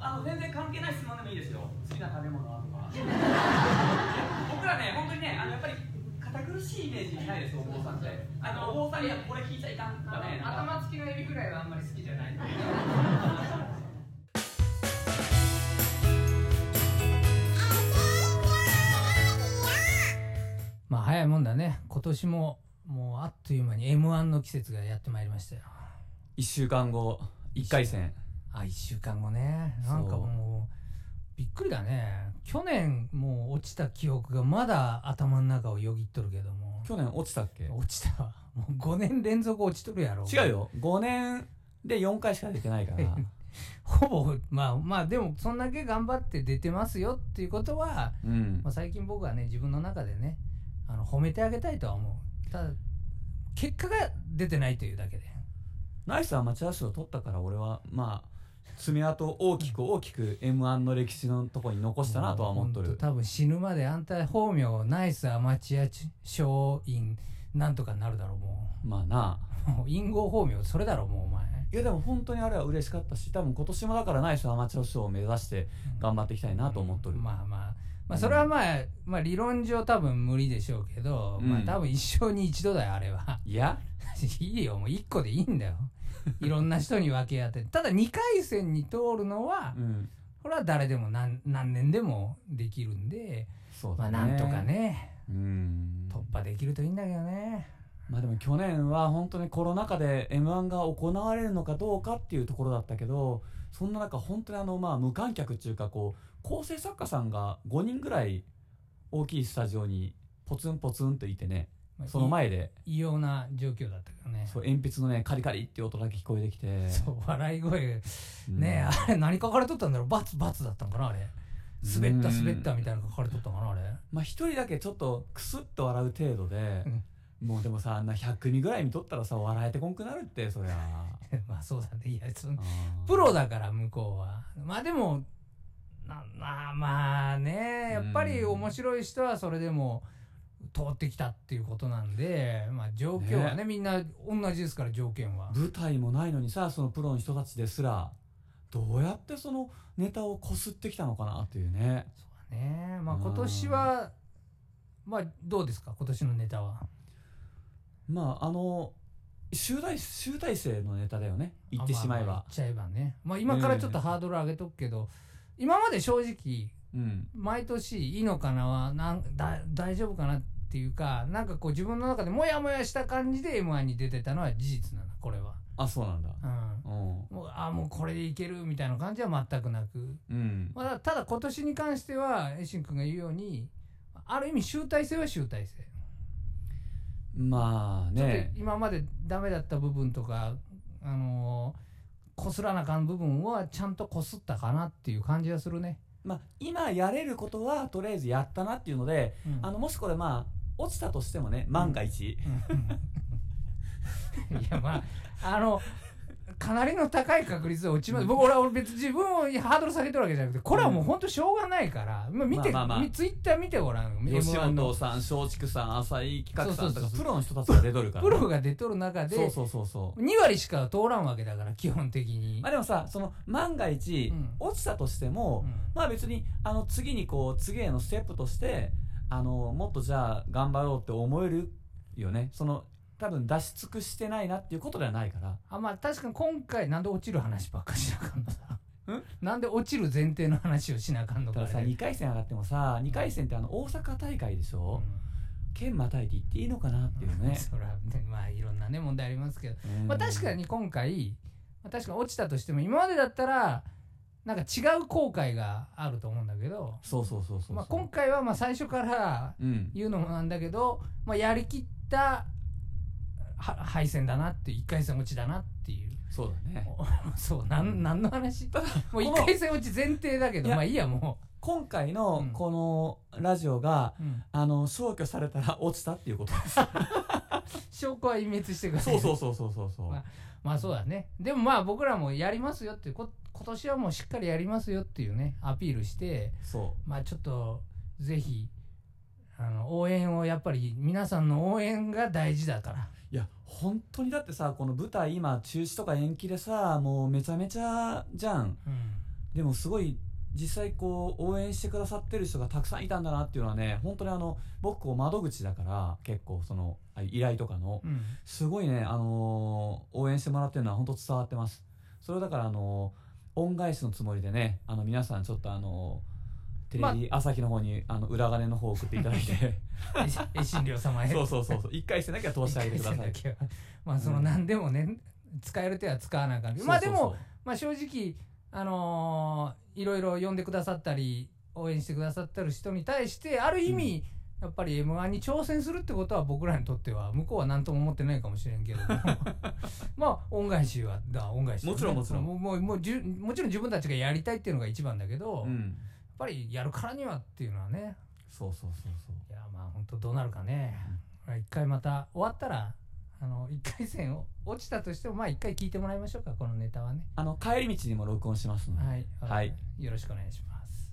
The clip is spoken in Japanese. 関係ない質問でもいいですよ好きな食べ物はと か僕らね本当にねあのやっぱり堅苦しいイメージないですお坊さんってあのお坊さんにはこれ聞いちゃいかんとかねなんか頭付きのエビフライはあんまり好きじゃないまあ早いもんだね今年ももうあっという間に m 1の季節がやってまいりましたよ1週間後1回戦あ1週間後ねなんかもうびっくりだね去年もう落ちた記憶がまだ頭の中をよぎっとるけども去年落ちたっけ落ちたわもう5年連続落ちとるやろ違うよ5年で4回しか出てないから ほぼまあまあでもそんだけ頑張って出てますよっていうことは、うんまあ、最近僕はね自分の中でねあの褒めてあげたいとは思うただ結果が出てないというだけでナイスアマチュア賞を取ったから俺はまあ爪痕を大きく大きく m 1の歴史のとこに残したなとは思っとほんる多分死ぬまであんた本名ナイスアマチュア賞員なんとかなるだろうもまあなうもう 隠語本名それだろうもうお前いやでも本当にあれは嬉しかったし多分今年もだからナイスアマチュア賞を目指して頑張っていきたいなと思っとる、まあまあまあそれはまあ、まあ理論上多分無理でしょうけど、うんまあ多分一生に一度だよあれは いやいいよもう一個でいいんだよいろんな人に分け合ってただ2回戦に通るのは、うんこれは誰でも何何年でもできるんで、そうまだあねなんとかねうん突破できるといいんだけどねまあでも去年は本当にコロナ禍で m 1が行われるのかどうかっていうところだったけどそんな中本当にあのまあ無観客っていうかこう構成作家さんが5人ぐらい大きいスタジオにポツンポツンといてねまあその前で異様な状況だったけどね。そう鉛筆のねカリカリっていう音だけ聞こえてきてそう、笑い声。うんねえ、あれ何書かれとったんだろうバツバツだったんかなあれ。滑ったうん滑ったみたいなの書かれとったんかなあれ。 まあ一人だけちょっとクスッと笑う程度でうんもうでもさあんな100組ぐらい見とったらさ笑えてこんくなるってそりゃまあそうだね。いや、そあのープロだから向こうは。まあでも、なまあまあね、やっぱりうん面白い人はそれでも通ってきたっていうことなんで、まあ状況はね、みんな同じですから条件は。舞台もないのにさそのプロの人たちですらどうやってそのネタをこすってきたのかなっていうねそうだね。まあうん今年は、まあどうですか今年のネタは。まああの集大集大成のネタだよね言ってしまえあああば言っちゃえばね。まあ今からちょっとハードル上げとくけど、今まで正直、うん毎年いいのかなはなんだ、大丈夫かなっていうか、なんかこう自分の中でモヤモヤした感じで M1 に出てたのは事実なんだ、これは。あそうなんだうん。うんもう、あもうこれでいけるみたいな感じは全くなく。うんまあ、ただ今年に関しては、エシン君が言うように、ある意味集大成は集大成。まあでね今までダメだった部分とかあのーこすらなあかん部分はちゃんとこすったかなっていう感じがするね、まあ今やれることはとりあえずやったなっていうのでうんあのもしこれまあ落ちたとしてもね万が一、うん いやまああのかなりの高い確率で落ちます僕俺は俺別に自分をハードル下げてるわけじゃなくてこれはもう本当しょうがないから、まあ、見て、まあまあまあツイッター見てごらん吉 M1 の本さん松竹さん浅井企画さんとそうそうかそうプロの人たちが出とるからプね、ロが出とる中でそうそうそうそう2割しか通らんわけだから基本的にまあ、でもさその万が一、うん落ちたとしても、うんまあ別にあの次にこう次へのステップとしてあのもっとじゃあ頑張ろうって思えるよねその多分出し尽くしてないなっていうことではないからあまあ確かに今回なんで落ちる話ばっかしなあかんのだんなんで落ちる前提の話をしなあかんのだかからさね2回戦上がってもさ2回戦ってあの大阪大会でしうょ、ん県またいで行っていいのかなっていう ね、そらねまあいろんなね問題ありますけど、うんまあ確かに今回、まあ、確かに落ちたとしても今までだったらなんか違う後悔があると思うんだけどそうそうそうそうそうまあ、今回はまあ最初からうん言うのもなんだけど、まあ、やりきったは敗戦だなっていう1回戦落ちだなっていう そうだねそうなんなんの話もうこ1の回戦落ち前提だけどいやまあいいやも今回うのんこのラジオが、う、うんあの消去されたら落ちたってい うことです証拠は隠滅してくださいそうそうそうそうそうそう、まあそうだねでもまあ僕らもやりますよっていうこ今年はもうしっかりやりますよっていうねアピールしてそうまあちょっとぜひあの応援をやっぱり皆さんの応援が大事だからいや本当にだってさこの舞台今中止とか延期でさもうめちゃめちゃじゃんうんでもすごい実際こう応援してくださってる人がたくさんいたんだなっていうのはね本当にあの僕こう窓口だから結構そのあ依頼とかのうんすごいね、あのー応援してもらってるのは本当伝わってます。それをだから、あのー恩返しのつもりでね、あの皆さんちょっとあのーまあテレビ朝日の方にあの裏金の方送っていただい てえしえ診療様へそうそうそうそう一回戦だけは通してあげて ください一回戦だけはまあその何でもね、使える手は使わなあかんけどまあでもそうそうまあ、正直あのーいろいろ呼んでくださったり応援してくださってる人に対してある意味、やっぱり m 1に挑戦するってことは僕らにとっては向こうは何とも思ってないかもしれん けどもまあ恩返しはだ恩返しだね、もちろんもちろんもうもうもうじゅもちろん自分たちがやりたいっていうのが一番だけど、そううやっんぱりやるからにはっていうのはねそうそうそうそういやまあ本当どうなるかね、まあ一回また終わったらあの一回戦を落ちたとしてもまあ一回聞いてもらいましょうかこのネタはね。あの帰り道にも録音しますので、はい、はいよろしくお願いします。